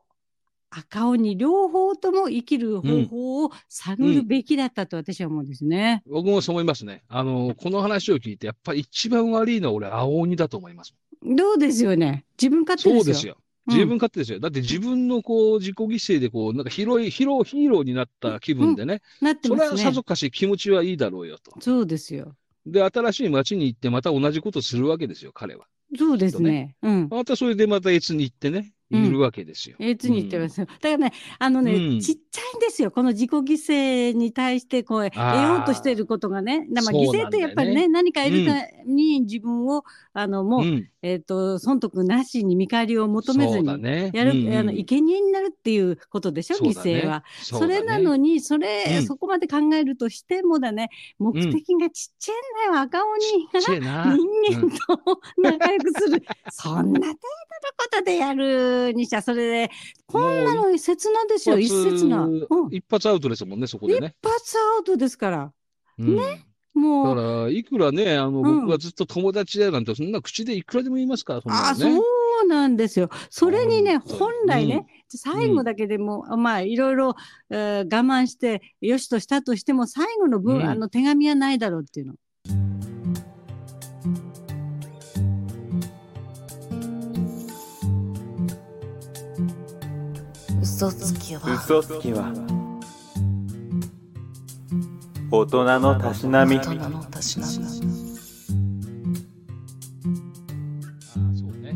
S2: 赤鬼両方とも生きる方法を探るべきだったと私は思うんですね。
S1: 僕もそう思いますね。あの、この話を聞いて、やっぱり一番悪いのは俺、青鬼だと思います。
S2: どうですよね自分勝手
S1: そ
S2: ですよ。
S1: うですよ。
S2: うん
S1: 自分勝手ですよ。だって自分のこう、自己犠牲でこう、なんかヒロインヒロヒーローになった気分でね、
S2: なって
S1: そ
S2: ま
S1: れ
S2: す
S1: はさ
S2: ね
S1: ぞ。かし気持ちはいいだろうよと。
S2: そうですよ。
S1: で、新しい町に行ってまた同じことするわけですよ、彼は。
S2: そうですね。うん。
S1: またそれでまた越に行ってね、い
S2: うん
S1: るわけですよ。
S2: えつに言ってますよ。だからね、あのね、
S1: うん
S2: ちっちゃいんですよ。この自己犠牲に対して、こう、得ようとしていることがね。まあ、
S1: そう
S2: 犠
S1: なんだよね
S2: 牲ってやっぱりね、何か得るために自分を、あの、もう、
S1: ん、
S2: えっ、と、損得なしに見返りを求めず
S1: そうだ
S2: に、
S1: ね、
S2: やる、
S1: うんうん
S2: あの、生贄になるっていうことでしょ、
S1: そ
S2: 犠
S1: うだね
S2: 牲は。
S1: そ
S2: そう
S1: だね
S2: れなのに、それ、
S1: うん
S2: そこまで考えるとしてもだね、目的がちっちゃいんだよ、赤鬼が。
S1: ちっちゃいな。
S2: 人間と仲良くする、そんな程度のことでやるにしちゃそれでこんなの一説なんですよ
S1: もう
S2: 一
S1: 一発
S2: 説な、うん、一
S1: 一発アウトですもんね、そこでね。
S2: 発アウトですから
S1: うんだ
S2: も
S1: か
S2: う、
S1: ら、いくらね、あの、
S2: ん
S1: 僕がずっと友達だよなんて、そんな口でいくらでも言いますから、そんなのね。
S2: ああそうなんですよそれにね
S1: 本当に
S2: 本来ね、最後だけでも、まあいろいろ、えー我慢してよしとしたとしても最後の文、
S1: うん
S2: あの手紙はないだろうっていうの。
S3: 嘘つきは
S6: 嘘つきは大人のたしなみ
S3: 大人のたしなみ
S1: あーそうね。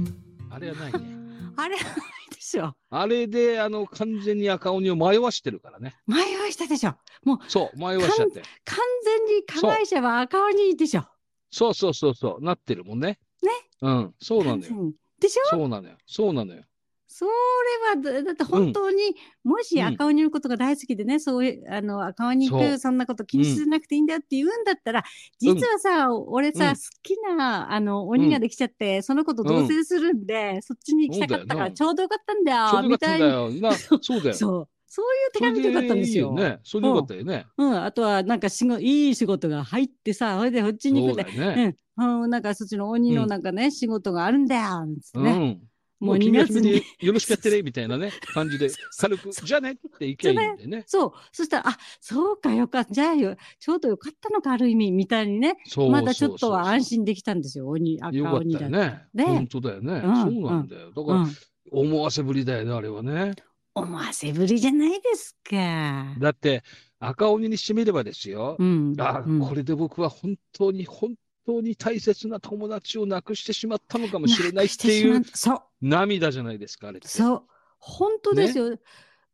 S1: あれはないね。
S2: あれないでしょ
S1: あれで、あの、完全に赤鬼を迷わしてるからね。
S2: 迷いしたでしょもう
S1: そう、迷わしちゃって。
S2: 完全に加害者は赤鬼でしょ
S1: そうそうそうそう、なってるもんね。
S2: ね。
S1: うん、そうなのよ。
S2: うんでしょ
S1: そうなのよ。そうなのよ。
S2: それはだだって本当に、もし赤鬼のことが大好きでね、そういうあの赤鬼行
S1: そ
S2: く
S1: う
S2: そんなこと気にしなくていいんだって言うんだったら、実はさ、俺さ、
S1: うん
S2: 好きなあの鬼ができちゃって、その子と同棲するんで、そっちに行きたかったか
S1: そうだよ
S2: ら
S1: な
S2: ちょうどよかったんだよ
S1: そう
S2: み
S1: だ
S2: た
S1: っ
S2: い
S1: たんだ
S2: な
S1: よ。な、そうだよ。
S2: そうそういう手紙でよかったんですよ。
S1: それいいね。それでよかったよね。
S2: うん、あとはなんか仕事いい仕事が入ってさそれでこっちに行
S1: そ
S2: く
S1: うん
S2: だ
S1: だ
S2: よ
S1: よね。
S2: うん、なんかそっちの鬼の
S1: うん
S2: なんかね、仕事があるんだよっつって
S1: う
S2: ね、
S1: ん。
S2: も
S1: も
S2: う
S1: う
S2: 2
S1: 君は君
S2: 月に
S1: でよろしくやってね、みたいなね、感 じで、軽く、じゃあねっていけばいいんでね。
S2: そう。そしたら、あ、そうか、よかった。じゃあよ、ちょうどよかったのか、ある意味、みたいにね。
S1: そう
S2: まだちょっとは安
S1: 心
S2: 心できたんですよ。鬼、赤
S1: よかっ
S2: 鬼
S1: た
S2: だ
S1: よ。ね。
S2: ね
S1: 本当だよね。
S2: うん
S1: そうなんだよ。だ
S2: う
S1: から、
S2: ん。
S1: 思わせぶりだよね、あれはね。
S2: 思わせぶりじゃないですか。
S1: だって、赤鬼にしてみればですよ
S2: う。ん。
S1: あ
S2: うん
S1: これで僕は本当に、本当に大切な友達をなくしてしまったのかもしれないってい
S2: な
S1: う
S2: くしてしまう
S1: 涙じゃないですか、あれって。
S2: そう。そう。本当ですよ。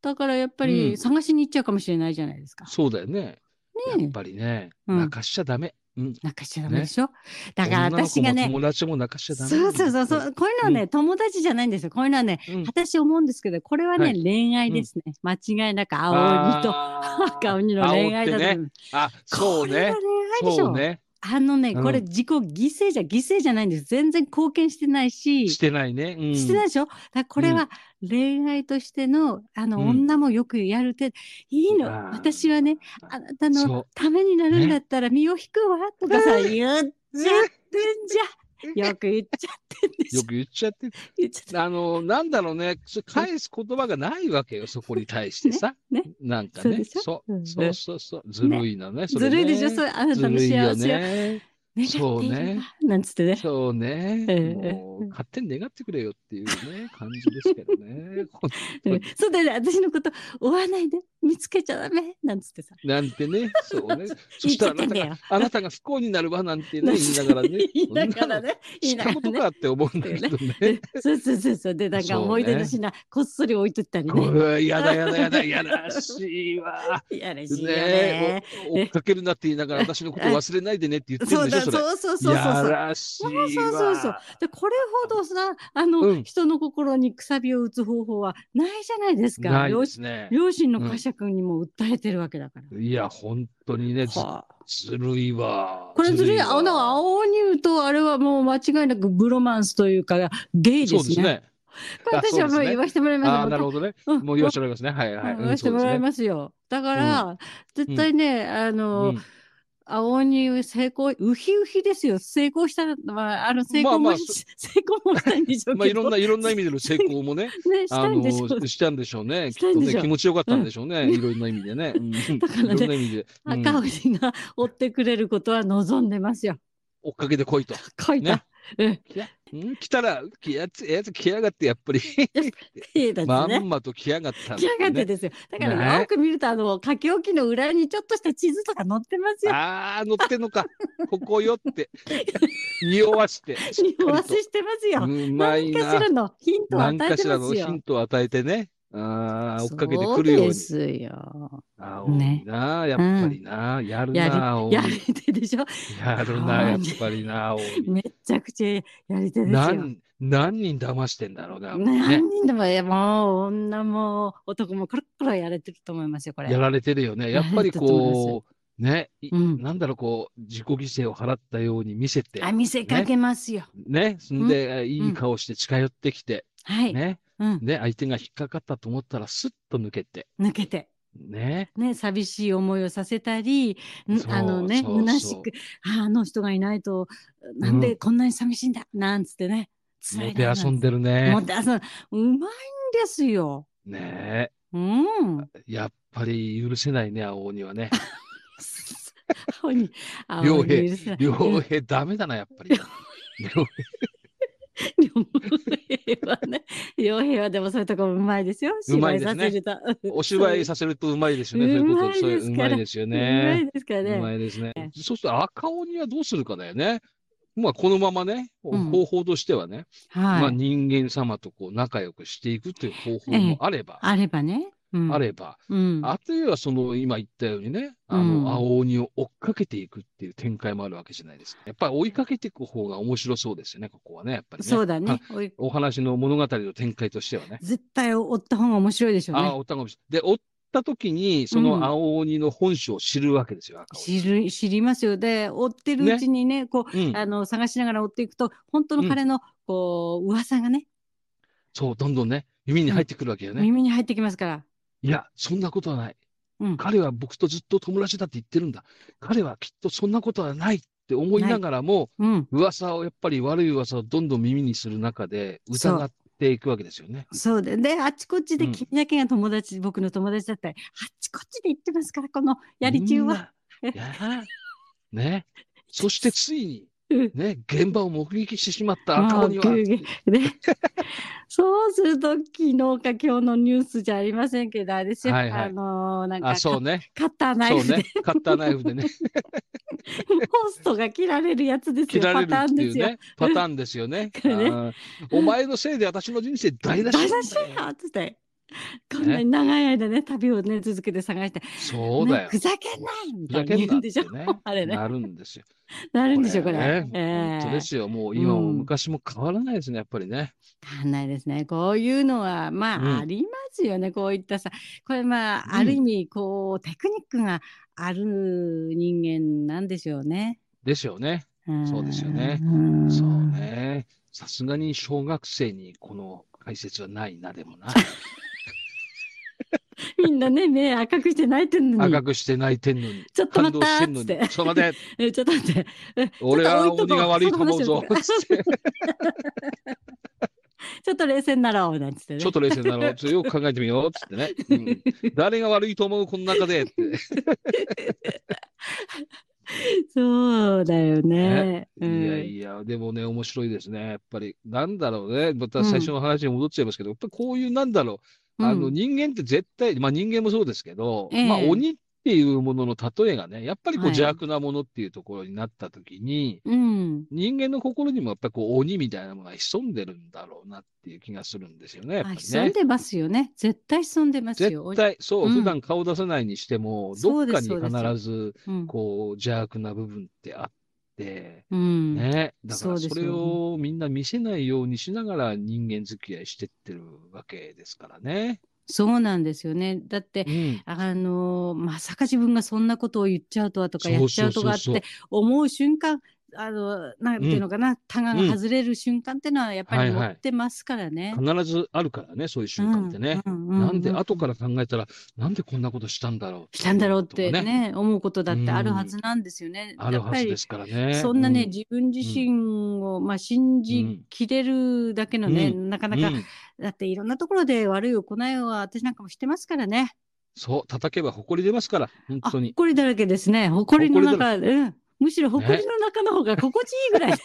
S2: だからやっぱ
S1: う
S2: り
S1: ん
S2: 探しに行っちゃうかもしれないじゃないですか。
S1: そうだよね。や
S2: ね
S1: っぱりね、
S2: うん
S1: 泣かしちゃダメ。うん。
S2: なんかしちゃダメでしょ。だから
S1: 女の子
S2: 私
S1: も
S2: がね、
S1: 友達も泣かしちゃダメ。
S2: そうそうそうそう。こういうのはね、
S1: う
S2: 友達じゃないんですよ。こういうのはね、
S1: うん
S2: 私思うんですけど、これはね、
S1: はい
S2: 恋愛ですね。間違いなく青鬼と
S1: あー
S2: 赤鬼の恋愛だと
S1: 煽
S2: 思
S1: って
S2: う。
S1: あ、そう
S2: こ
S1: ね
S2: れは。恋愛でし
S1: そ
S2: ょ。
S1: うね。
S2: あのね、これ
S1: うん
S2: 自己犠牲じゃ、犠牲じゃないんです。全然貢献してないし、
S1: してないね。うん
S2: してないでしょだからこれは恋愛としての、あの、
S1: うん
S2: 女もよくやる手、いいの。
S1: あー
S2: 私はね、あなた
S1: そ
S2: の
S1: う
S2: ためになるんだったら身を引くわ、とかさ、
S1: うん
S2: 言っちゃってんじゃん。よく言っちゃってんでしょ
S1: よ。く言っちゃって、
S2: 言っちゃった
S1: あの、なんだろうね、そ返す言葉がないわけよ、そこに対してさ。
S2: ね
S1: なんか
S2: そうで
S1: ね。
S2: しょ
S1: そうう、
S2: ん
S1: そうそうそう。ずるいのね、それ
S2: ずるいで
S1: ね
S2: しょ、それあなたの
S1: ずるいよ
S2: 幸せを願
S1: ね。
S2: っている
S1: そう
S2: わ、
S1: ね
S2: なんつってね。
S1: そうね。
S2: ええ
S1: もう、勝手に願ってくれよっていうね、感じですけどね。ほん
S2: うんそうだよね、私のこと追わないで、見つけちゃダメ、なんつってさ。
S1: なんてね、そうね。そ
S2: 言い
S1: した
S2: 切
S1: らあなん
S2: って
S1: た
S2: だ
S1: が、
S2: よ。。
S1: あなたが不幸になるわなんてね、言いながらね
S2: 言いながらね。言
S1: そ
S2: い
S1: ん
S2: な
S1: なの。しか
S2: がら
S1: もと
S2: ね
S1: かって思うんだけど ね。
S2: そうそうそうそう。で、なんか思い出の品、こっそり置いとったり
S1: こ
S2: ね。
S1: れやだやだやだ、やらしいわ。
S2: やらしいよね
S1: ねえ、お追っかけるなって言いながら、私のこと忘れないでねって言ってる
S2: そ
S1: ん
S2: う
S1: でしょ、
S2: だ
S1: それ。
S2: そうそうそうそう
S1: や
S2: そう。
S1: らしい
S2: そうそうそうそう
S1: わ。
S2: でこれほどさあの、
S1: うん
S2: 人の心にくさびを打つ方法はないじゃないですか。
S1: ない
S2: 両
S1: で
S2: 親
S1: すね。
S2: 両親の呵責にも訴えてるわけだから。
S1: いや、本当にね、ず
S2: はあ
S1: ずるいわ。
S2: これずるい、あ
S1: わ
S2: の、青ニュとあれはもう間違いなくブロマンスというか、ゲイ
S1: そ
S2: で
S1: う
S2: す
S1: です
S2: ね。
S1: ね。
S2: これ私はもう言わせてもらい
S1: ああ、
S2: ます
S1: なる
S2: よ
S1: ほどね。
S2: うん。
S1: もう言わせてもらいますね。はいはい。うん
S2: うん言わせてもらい
S1: す
S2: ますよ。だから、絶対ね、あ
S1: ね。
S2: の
S1: う、ん
S2: 青に成功、ウヒウヒですよ。成功したら、まあ、あの、成
S1: ま
S2: 功も、
S1: あまあそ
S2: 成功もしたいんでしょうけど。
S1: まあ、いろんな、い ろんな意味での成功もね、
S2: ね、し
S1: あ
S2: たい
S1: の
S2: んでしょう。
S1: したんでしょうね。
S2: し
S1: き
S2: た
S1: っ
S2: い
S1: と
S2: んでしょ
S1: ね、
S2: う
S1: 気持ちよかったんでしょうね。 いろんな意味でね。うん
S2: だからね
S1: いろんな意味で。うん
S2: 赤鬼が追ってくれることは望んでますよ。
S1: 追っかけてこいと。
S2: 書いた。うん。
S1: うん来たら、きやつ、やつ来やがって、やっぱり。
S2: いいです
S1: まん
S2: ね。
S1: まと来やがったん
S2: 来
S1: だ
S2: や
S1: ね。
S2: がってですよ。だからね、
S1: ね
S2: よく見ると、あの、書き置きの裏にちょっとした地図とか載ってますよ。
S1: ああ、乗ってんのか。ここよ って。匂わして。
S2: 匂わせしてますよ。
S1: うまい
S2: 何かし
S1: な
S2: ら。のヒントを
S1: 何
S2: 与え
S1: か
S2: て
S1: しら
S2: ま
S1: の
S2: す
S1: ヒ
S2: よ
S1: ン。トを与えてね。ああ、追っかけて
S2: そう
S1: くるように
S2: で。すよ。
S1: 青いな、やっぱりな。やる
S2: やり
S1: な、青い
S2: やり手でしょ
S1: やるな、やっぱりな、青い。
S2: めっちゃくちゃやり手ですよ。
S1: 何、何人騙してんだろうな。ね
S2: 何人でも、いやもう女も男もコロコロやれてると思いますよ、これ。
S1: やられてるよね。やっぱりこう、ね、い
S2: うん
S1: なんだろう、こう、自己犠牲を払ったように見せて
S2: あ、、見せかけますよ。
S1: ね、そんで、いい顔して近寄ってきて、
S2: はい、
S1: ね、
S2: うん。
S1: ね、相手が引っかかったと思ったら、スッと抜けて、
S2: 抜けて。
S1: ね、
S2: ね、寂しい思いをさせたり、ん
S1: そう
S2: あのね、
S1: そうそう
S2: 虚しく、ああの人がいないと、なんでこんなに寂しいんだ、なんつってね。
S1: もて遊ん
S2: で。
S1: でる
S2: も
S1: ね。
S2: て遊んうまいんですよ。
S1: ね
S2: うん。
S1: やっぱり許せないね、青鬼はね。
S2: 青に、青
S1: 両
S2: に
S1: 兵
S2: 許せない
S1: 両兵ダメだな、やっぱり。両
S2: 両平はね、両平はでもそういうとこもうまいですよ。
S1: うまい
S2: 芝居
S1: です
S2: さ
S1: ね
S2: せると。
S1: お芝居させるとうまいですよね。そう
S2: う
S1: いう
S2: ま
S1: こ
S2: い
S1: と、そういう
S2: です
S1: う
S2: から
S1: まいですよ
S2: そういうう
S1: ね。
S2: まいですから
S1: うま
S2: ね。
S1: いですね。そうすると赤鬼はどうするかだよね。まあ、このままね、
S2: うん
S1: 方法としてはね、ま
S2: は
S1: あ、
S2: い。
S1: 人間様とこう仲良くしていくという方法もあれば、
S2: あればね。うん
S1: あ。れば、
S2: うん。
S1: あというはその今言ったようにね、あ
S2: うん
S1: の、青鬼を追っかけていくっていう展開もあるわけじゃないですか。やっぱり追いかけていく方が面白そうですよね、ここはね、やっぱりね。
S2: そうだね
S1: あ。
S2: おい
S1: お話の物語の展開としてはね。
S2: 絶対追った方が面白いでしょう
S1: ああ、
S2: ね。
S1: 追ったかもしれない。で、追った時に、そ
S2: うん
S1: の青鬼の本性を知るわけですよ、赤鬼。
S2: 知る知りますよ。で、追ってるうちにね、こ
S1: うん
S2: う、あの、探しながら追っていくと、本当の彼の、こう、噂がね、
S1: そう、どんどんね、耳に入ってくるわけよね。
S2: 耳に入ってきますから。
S1: いや、そんなことはない。
S2: うん。
S1: 彼は僕とずっと友達だって言ってるんだ。彼はきっとそんなことはないって思いながらも、
S2: うん。
S1: 噂を、やっぱり悪い噂をどんどん耳にする中で、
S2: そう
S1: 疑っていくわけですよね。
S2: そうで、で、あっちこっちで
S1: うん
S2: 君だけが友達、僕の友達だったり、あっちこっちで言ってますから、このやり中は。
S1: みんな。いやーね。そしてついに、
S2: うん
S1: ね、現場を目撃してしまった
S2: ま
S1: 赤
S2: あ
S1: 鬼は、
S2: ぐうぐうねそうすると、昨日か今日のニュースじゃありませんけど、あれですよ、
S1: はいはい
S2: あのーなんか
S1: あ、そうね。
S2: カッターナイ
S1: そう
S2: フで、
S1: ね。カッターナイフ でね、
S2: ホストが切られるやつです
S1: 切
S2: よ、
S1: られ
S2: パ
S1: る
S2: タ
S1: っ
S2: ーン
S1: て
S2: で
S1: いう
S2: すよ。
S1: ね、パターンですよね。あ
S2: これね
S1: ーお前のせいで私の人生台無しなん
S2: 大
S1: だよ
S2: 出しだよつって。こんなに長い間ね、旅をね、続けて探して、
S1: そうだ
S2: ね
S1: よ。
S2: ふざけんなみ
S1: ふ
S2: た
S1: ざ
S2: いな
S1: けん
S2: 言
S1: な
S2: う
S1: っ
S2: んでしょ。
S1: てね
S2: あれね。
S1: なるんですよ。
S2: なるんでしょ、これ。
S1: ね
S2: ええ
S1: 本当ですよ。もう今も
S2: うん
S1: 昔も変わらないですね、やっぱりね。
S2: わかんないですね。こういうのは、まあ、
S1: うん
S2: ありますよね。こういったさ、これまあ、
S1: うん
S2: ある意味、こう、テクニックがある人間なんでしょうね。
S1: ですよね。
S2: ん
S1: そうですよね。
S2: ん
S1: そう。ね。さすがに小学生にこの解説はないな、でもな。
S2: みんなね、目赤くして泣いてるのに
S1: 赤、くして泣いてんのに。
S2: ちょっと
S1: 感
S2: 待っ
S1: 動したて
S2: ー
S1: ん
S2: っ
S1: の
S2: つっ
S1: に
S2: て。、
S1: ちょっと待 て、
S2: えちょっと待って。え
S1: 俺は
S2: ちょっと置いとこう
S1: 鬼が悪いと思うぞ
S2: その話をしようかちょっと冷静になろう、なんつってね。
S1: ちょっと冷静になろう。ちょっとよく考えてみよう。つってね。うん誰が悪いと思う、この中で。って
S2: そうだよね。
S1: いやいや、でもね、面白いですね。やっぱり、なんだろうね。また最初の話に戻っちゃいますけど、やっぱりこういう、なんだろう。
S2: うん
S1: あの、人間って絶対、まあ人間もそうですけど、
S2: ええ
S1: まあ鬼っていうものの例えがね、やっぱりこう
S2: はい
S1: 邪悪なものっていうところになった時に、
S2: うん。
S1: 人間の心にもやっぱりこう鬼みたいなものが潜んでるんだろうなっていう気がするんですよね、やっぱ
S2: あ
S1: り
S2: 潜ん
S1: ね。
S2: でますよね。絶対潜んでますよ。
S1: 絶対、そう、
S2: うん
S1: 普段顔出さないにしても、
S2: そ
S1: ど
S2: う
S1: っ
S2: で
S1: か
S2: す
S1: に
S2: そうです
S1: 必ず、
S2: うん
S1: こう邪悪な部分ってあっって、
S2: うん。
S1: ね、だから
S2: そうで
S1: そ
S2: すよ
S1: れをみんな見せないようにしながら人間付き合いしてってるわけですからね。
S2: そうなんですよね。だって
S1: う、ん、
S2: あのーまさか自分がそんなことを言っちゃうとはと
S1: そ
S2: か
S1: う
S2: やっちゃうとかっ
S1: そうそう
S2: て思う瞬間、あの、なんていうのかな、タガが外れる瞬間ってのはやっぱり
S1: はいはい
S2: 持ってますからね。
S1: 必ずあるからね、そういう瞬間ってね。
S2: うん
S1: なんで、
S2: う
S1: 後から考えたら、なんでこんなことしたんだろう
S2: したんだろうって
S1: と
S2: ね
S1: か
S2: 思うことだってあるはずなんですよね。
S1: あ
S2: や
S1: る
S2: っ
S1: は
S2: ぱ
S1: ず
S2: り
S1: ですからね。
S2: そんなね、
S1: う
S2: 自分自身を、まあ、信じきれるだけのね、
S1: う
S2: なかな
S1: う
S2: か、
S1: ん
S2: だっていろんなところで悪い行いは私なんかもしてますからね。
S1: そう、叩けば誇り出ますから、本
S2: あ、
S1: 当に。
S2: 誇りだらけですね。誇りの
S1: 誇りだ
S2: 中、うん。むしろ誇りの中の方が心地いいぐらい です。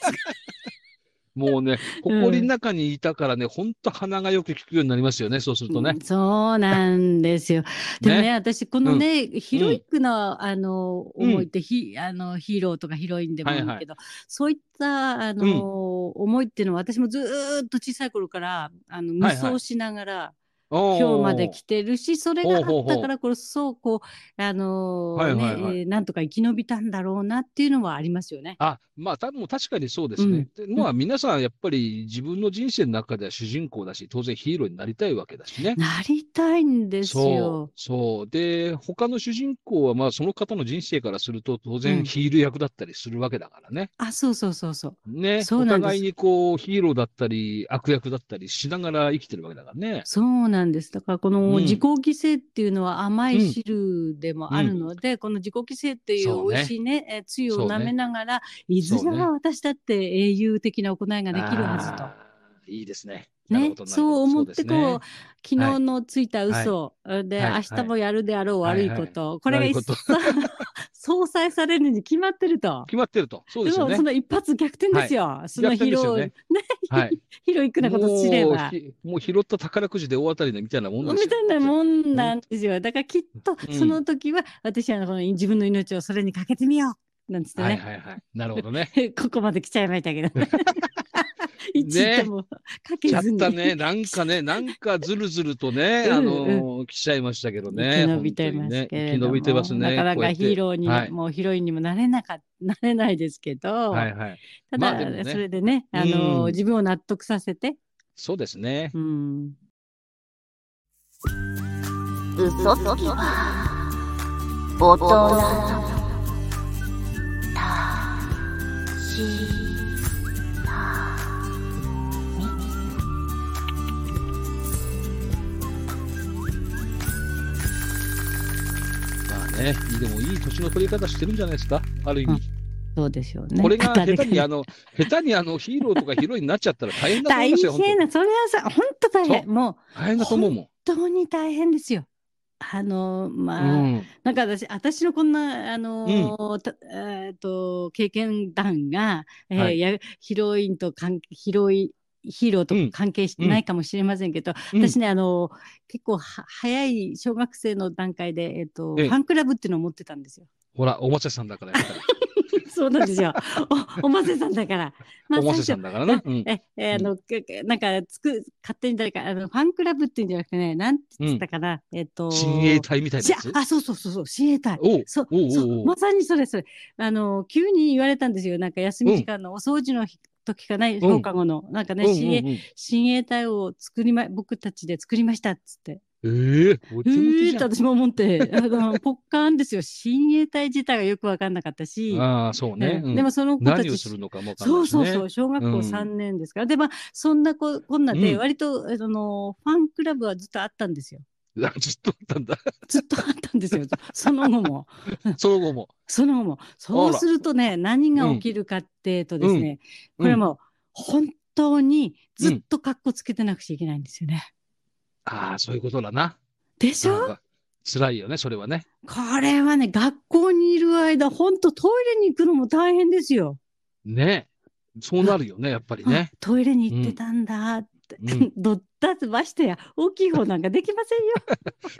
S1: もうね、
S2: うん
S1: 誇りの中にいたからね、本当鼻がよく効くようになりますよね、そうするとね
S2: うん。そうなんですよ。でもね、私、このね、ヒロイックな、あの、
S1: うん
S2: 思いってヒ、あの、ヒーローとかヒロインでもいいけど、
S1: はい
S2: そういった、あの、思いっていうのは、私もずーっと小さい頃から、あの、無
S1: はいはい
S2: 双しながら、
S1: おー
S2: 今日まで来てるし、それが
S1: ほ
S2: あ
S1: うほう
S2: っ
S1: ほう
S2: たからこそ、こう、あの
S1: はい
S2: ーね、
S1: はいはい
S2: えーなんとか生き延びたんだろうなっていうのはありますよね。
S1: あ、まあ、多分確かにそうですね。でまあ、皆さん、やっぱり自分の人生の中では主人公だし、当然ヒーローになりたいわけだ しね。
S2: なりたいんです
S1: そう
S2: よ。、
S1: そう。で、他の主人公は、まあ、その方の人生からすると、当
S2: うん
S1: 然ヒール役だったりするわけだからね。
S2: あ、そうそうそうそう。
S1: ね。
S2: そう
S1: お
S2: なんです
S1: 互いにこう、ヒーローだったり、悪役だったりしながら生きてるわけだからね。
S2: そうなんです。だからこ
S1: う
S2: の
S1: ん
S2: 自己犠牲っていうのは甘い汁でもあるので、この自己犠牲ってい
S1: そううね
S2: 美味しいね、えーつゆ
S1: そ
S2: を
S1: うね
S2: 舐めながら、いずれ
S1: そうね
S2: は私だって英雄的な行いができるはずと。
S1: あーいいですね。なる
S2: ね
S1: ほ、どなるほ
S2: そう
S1: ど
S2: 思
S1: そ
S2: って
S1: うですね
S2: こう、昨日のついた嘘、で、
S1: はい
S2: 明日もやるであろう
S1: はい
S2: 悪いこと、これが
S1: 悪い
S2: 一
S1: こと
S2: 切 相殺されるに決まってると。
S1: 決まってると。そう
S2: で
S1: ですよ
S2: も
S1: ね
S2: そ。の一発逆転ですよ。その
S1: 逆
S2: ヒ
S1: 転です
S2: ロ
S1: よ
S2: を、ね
S1: ね、はい。
S2: ヒロイックなこと知れば
S1: もう。ひもう拾った宝くじで大当たりだみたいなもんです
S2: み
S1: よ。
S2: たいなもんなんですよ。だからきっと
S1: うん
S2: その時は、私はこの自分の命をそれにかけてみようなんつって
S1: はい
S2: ね、
S1: はいはい。なるほどね。
S2: ここまで来ちゃいました けどね。一位ともかけ
S1: ちゃっ
S2: ずに。
S1: たね。なんかね、なんかずるずるとね、
S2: うん
S1: あのー、来ちゃいましたけどね。
S2: 生き延びてますけ
S1: 本当にね
S2: れども、
S1: 生き延びてますね。
S2: なかな
S1: こうや
S2: か
S1: って
S2: ヒーローにも、
S1: はい
S2: もうヒロインにもなれなか なれないですけど、
S1: はいはい。
S2: ただ、
S1: まあでもね
S2: それでね、あの
S1: うん
S2: 自分を納得させて、
S1: そうですね。
S2: うん、
S3: 嘘つきは大人のたした
S1: まあね、でもいい年の取り方してるんじゃないですか。ある意味。
S2: そうでしょうね。
S1: これが下手
S2: 誰
S1: に
S2: か
S1: あの、下手にあの、ヒーローとかヒロインになっちゃったら大変だと思い
S2: 大
S1: ますよ。本
S2: 変
S1: 当に
S2: な、それはさ、本当大変。
S1: そ
S2: もう
S1: 大変だと思うもん。
S2: 本当に大変ですよ。あのまあ、
S1: うん。
S2: なんか私私のこんなあの、たえーっと経験談が、えー
S1: はい
S2: やヒロインと関ヒロイヒーローと
S1: うん
S2: 関係してないかもしれませんけど、
S1: うん
S2: 私ねあの結構は早い小学生の段階で、えーっと
S1: ええ
S2: ファンクラブっていうのを持ってたんですよ。
S1: ほら、おもちゃさんだからやっぱり、
S2: そうなんですよ。おおませさんだ から。まあ
S1: おも
S2: 最
S1: ちゃさ
S2: 初
S1: んだからね。うん。
S2: え、えーあの、けけなんかつく勝手に誰かあのファンクラブっていうんじゃなくてねなんて言ってたかな、えーっと
S1: 親衛隊みたいなやつ
S2: しあ、そうそうそうそう、親衛隊。
S1: おう
S2: そう
S1: おうおう
S2: そう、まさにそれそれ。あの、急に言われたんですよ。なんか休み時間のお掃除の日時かな
S1: う
S2: い、
S1: ん
S2: 放課後の、なんかね、
S1: うん
S2: 親衛
S1: うんうん
S2: 親衛隊を作りま、僕たちで作りましたっつって。
S1: ええモ
S2: え
S1: テモテ
S2: ー
S1: じ
S2: っ
S1: ゃ
S2: て
S1: ん
S2: 私も思って、 あの、ポッカーンですよ。親衛隊自体がよくわかんなかったし、
S1: ああ、そうね。
S2: う
S1: うんん
S2: でもその子た
S1: 何
S2: ち
S1: をするのかもわかん
S2: そ
S1: な
S2: う
S1: いし
S2: そう
S1: ね。
S2: そう、小学校
S1: うん
S2: 3年ですから。で、まあ、そんなこ、こんなで、
S1: うん
S2: 割と、あの、ファンクラブはずっとあったんですよ。
S1: あずっとあったんだ。
S2: ずっとあったんですよ。その後も。
S1: その後も。
S2: その後も、そうするとね、何が起きるかっていうとですね、
S1: うん
S2: これもう本当にずっと格好つけてなくちゃいけないんですよね。
S1: ああ、そういうことだな。
S2: でしょ、
S1: なんか辛いよね、それはね。
S2: これはね、学校にいる間、本当トイレに行くのも大変ですよ。
S1: ねそうなるよね、やっぱりね
S2: あ。トイレに行ってたんだっ
S1: うん
S2: て。どったつましてや、大きい方なんかできませんよ。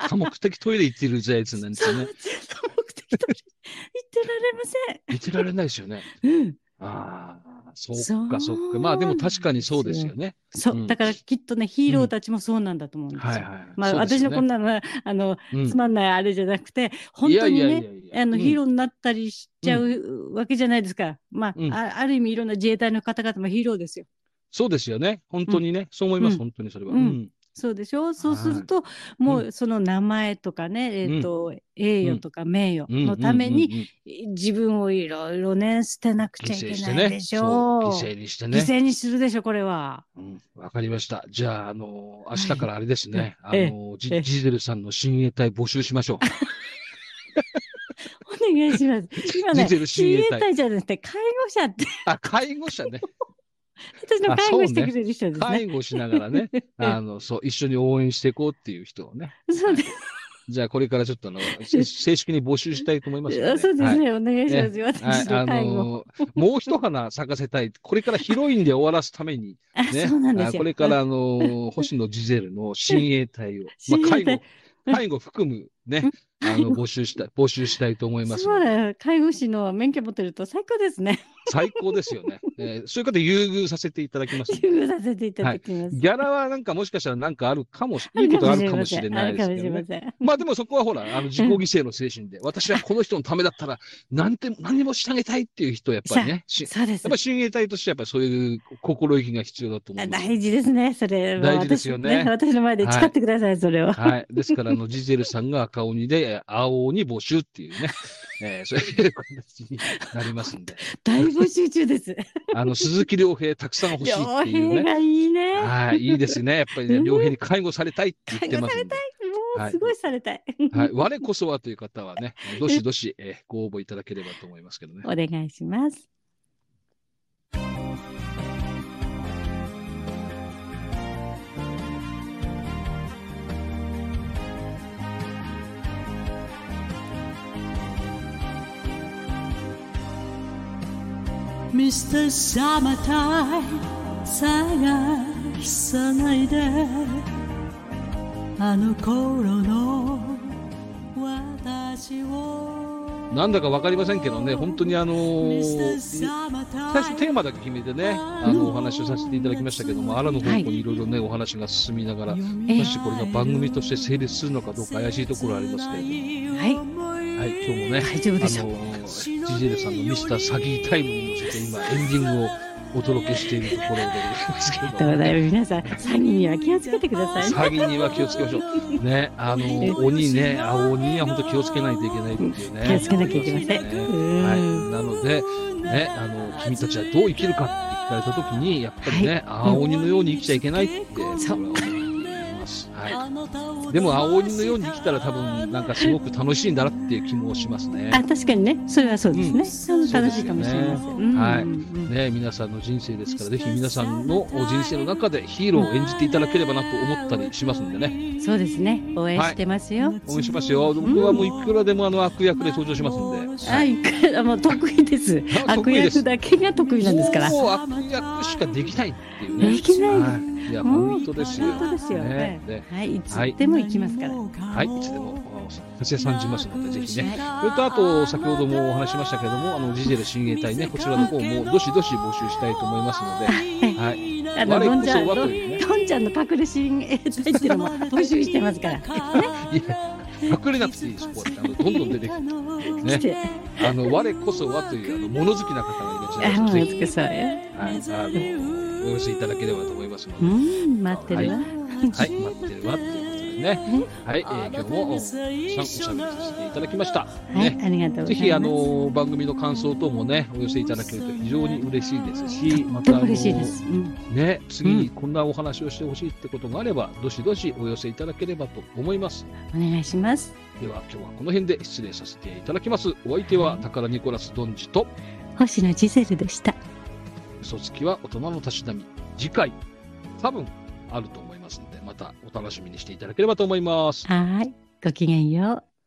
S1: 多目的トイレ行ってる時代ですなんで
S2: そ
S1: すね
S2: う、目。的トイレ行ってられません。
S1: 行ってられないですよね。
S2: うん、
S1: ああ、そっかそっか。まあでも確かにそうですよね。
S2: そうう、
S1: ん
S2: だからきっとね、ヒーローたちもそうなんだと思うんですよ。
S1: はいはい。
S2: まあ、
S1: そうです
S2: 私
S1: よ
S2: の
S1: ね
S2: こんなの、あの、
S1: うん
S2: つまんないあれじゃなくて、本当に
S1: いやいやい
S2: ね、
S1: やいや
S2: あの、ヒー
S1: ー。
S2: ローになったりしちゃうわけじゃないですか。まあ
S1: うん、
S2: あある意味いろんな自衛隊の方々もヒーローですよ。
S1: そうですよね。本当にね。そう思いま
S2: う
S1: す。
S2: ん
S1: 本当にそれは。
S2: うん
S1: うん
S2: そうでしょそうすると、もうその名前とかね、えっ、と、栄誉とか名誉のために、
S1: に
S2: 自分をいろいろね、捨てなくちゃい
S1: 犠牲
S2: け
S1: して
S2: ない
S1: ね。
S2: でし
S1: そう
S2: ょ
S1: 犠牲にして
S2: 犠
S1: ね。
S2: 牲にするでしょ、これは。
S1: うんわかりました。じゃあ、あのー、明日からあれですね。あ
S2: ええ
S1: のー、
S2: え
S1: ジ
S2: え
S1: ジゼルさんの親衛隊募集しましょう。
S2: お願い します。今
S1: ジ
S2: ね、
S1: ゼル
S2: 親
S1: 親衛
S2: 衛
S1: 隊。
S2: 隊じゃなくて、介護者って、
S1: あ、介護者ね。
S2: 私の
S1: あ
S2: 介
S1: そう
S2: 護
S1: ね
S2: してくれる人ですね。
S1: 介護しながら ね、あの、そう、一緒に応援していこうっていう人をね。
S2: そうです
S1: じゃあ、これからちょっと、あの、せ正式に募集したいと思いますので、
S2: そうです
S1: はい
S2: ね、お願いしますよ、
S1: はい、
S2: 私
S1: あ
S2: の介護。
S1: のーもう一花咲かせたい。これからヒロインで終わらすために、
S2: あ、
S1: ね。
S2: そうなんです
S1: あ
S2: よ。
S1: これから、あのー星野ジゼルの親衛隊を、ま
S2: 親衛
S1: あ、介
S2: 隊
S1: 護、介護含むね、あの、募集したい、募集したいと思います
S2: そ
S1: の
S2: う
S1: で。
S2: だよ、介護士の免許持ってると最高ですね。
S1: 最高ですよね。えーそういう方優遇させていただきますので。
S2: 優遇させていただきます。
S1: ギャラはなんかもしかしたらなんかあるかもし、いいことあるかもしれないですけどね
S2: ある。かもしれません。
S1: まあでもそこはほら、あの自己犠牲の精神で、私はこの人のためだったら、なんて、何もしてあげたいっていう人はやっぱりね、しや
S2: そうです
S1: っぱ。親衛隊としてやっぱりそういう心意気が必要だと思
S2: あ
S1: います。
S2: 大事ですね、それは。
S1: 大事ですよね
S2: 私私の前で誓ってください、それは。
S1: はい。ですから、あの、ジゼルさんが赤鬼で、青鬼募集っていう ね、えーそういう形になりますんで、
S2: 大募集中です。
S1: あの、鈴木亮平たく さん欲しい
S2: 傭
S1: っていう
S2: 兵
S1: ね。
S2: がいいね。
S1: はい、いいですね。やっぱりね、
S2: うん
S1: 両平に介護されたいって言ってますんで。
S2: も
S1: は
S2: う
S1: い
S2: すごいされたい。
S1: はい、我こそはという方はね、どしどし、えーご応募いただければと思いますけどね。
S2: お願いします。
S5: Mr. Summertime 探さないであの頃の私を
S1: なんだかわかりませんけどね、本当にあのー最初テーマだけ決めてね、あ
S2: うん
S1: のお話をさせていただきましたけども、あらの方向にいろいろね、お話が進みながら、
S2: え
S1: もしこれが番組として成立するのかどうか怪しいところありますけれども、
S2: はい。
S1: はい、今日もね、
S2: 大丈夫でしょう
S1: あのージジェルさんのミスター詐欺タイムに乗せて今、エンディングをお届けしているところでございますけ
S2: と
S1: ど
S2: い
S1: も
S2: う こと。で皆さん、詐欺には気をつけてくださいね。
S1: 詐欺には気をつけましょう。ね、あの
S2: え
S1: 鬼ね、青鬼には本当気をつけないといけないっていうね。
S2: 気をつけなきゃいけません
S1: ね
S2: うん
S1: はい。なので、ね、あの君たちはどう生きるかって聞かれた時に、やっぱりね、青鬼のように生きちゃいけないって僕は思います。はい。でも青鬼のように生きたら多分なんかすごく楽しいんだなっていう気もしますね。
S2: あ、確かにね、それはそうですね。うん楽しいかもしれません。うん
S1: はい
S2: うん
S1: ね、皆さんの人生ですから、ぜひ皆さんのお人生の中でヒーローを演じていただければなと思ったりしますんでね。
S2: そうですね、応援してますよ。
S1: 応援しますよ。僕はもういくらでもあの悪役で登場しますんで。
S2: はい、 あもう得意です。
S1: あ
S2: 悪
S1: 得意です
S2: 役だけが得意なんですから。
S1: もう悪役しかできないっていうね。
S2: できない
S1: はい、いや、本当ですよ。
S2: 本当ですよ
S1: ね
S2: ね。
S1: ね
S2: はい、いつでも行きますから。
S1: はい、いつでもあ達成さんじますので、ぜひね。それと、あと、先ほどもお話ししましたけども、あの、ジゼル親衛隊ね、こちらの方もどしどし募集したいと思いますので、はい。
S2: あの、
S1: 我
S2: ど
S1: こ
S2: んちゃん、
S1: そは
S2: ど
S1: と
S2: ん
S1: いうね。
S2: どんちゃんの隠れ親衛隊っていうのも募集してますから。
S1: いや、隠れなくていいです、こうやって。あの、どんどん出てくる。
S2: 来て
S1: ね。あの、 我こそはという、あの、物好きな方がいらっしゃい
S2: あ、
S1: ます。
S2: も
S1: ぜ
S2: う
S1: ひ
S2: つくそうよ。
S1: はい、あの、お寄せいただければと思いますの
S2: う
S1: で。
S2: ん、待ってるわ。
S1: はい、待ってるわということでね。はい、えー今日もおさんおしゃべりさせていただきました。
S2: はい
S1: ね、
S2: ありがとうご
S1: ぜ
S2: ざいます。
S1: ひあの番組の感想等もねお寄せいただけると非常に嬉しいですし、ま
S2: と
S1: た
S2: っ
S1: あ
S2: と
S1: の
S2: 嬉しいです。うん
S1: ね次にこんなお話をしてほしいってことがあれば、どしどしお寄せいただければと思います。
S2: お願いします。
S1: では今日はこの辺で失礼させていただきます。お相手は宝ニコラスドンジと
S2: 星野ジゼルでした。
S1: 嘘つきは大人のたしなみ。次回多分あると思いますので、またお楽しみにしていただければと思います。
S2: はーい、ごきげんよう。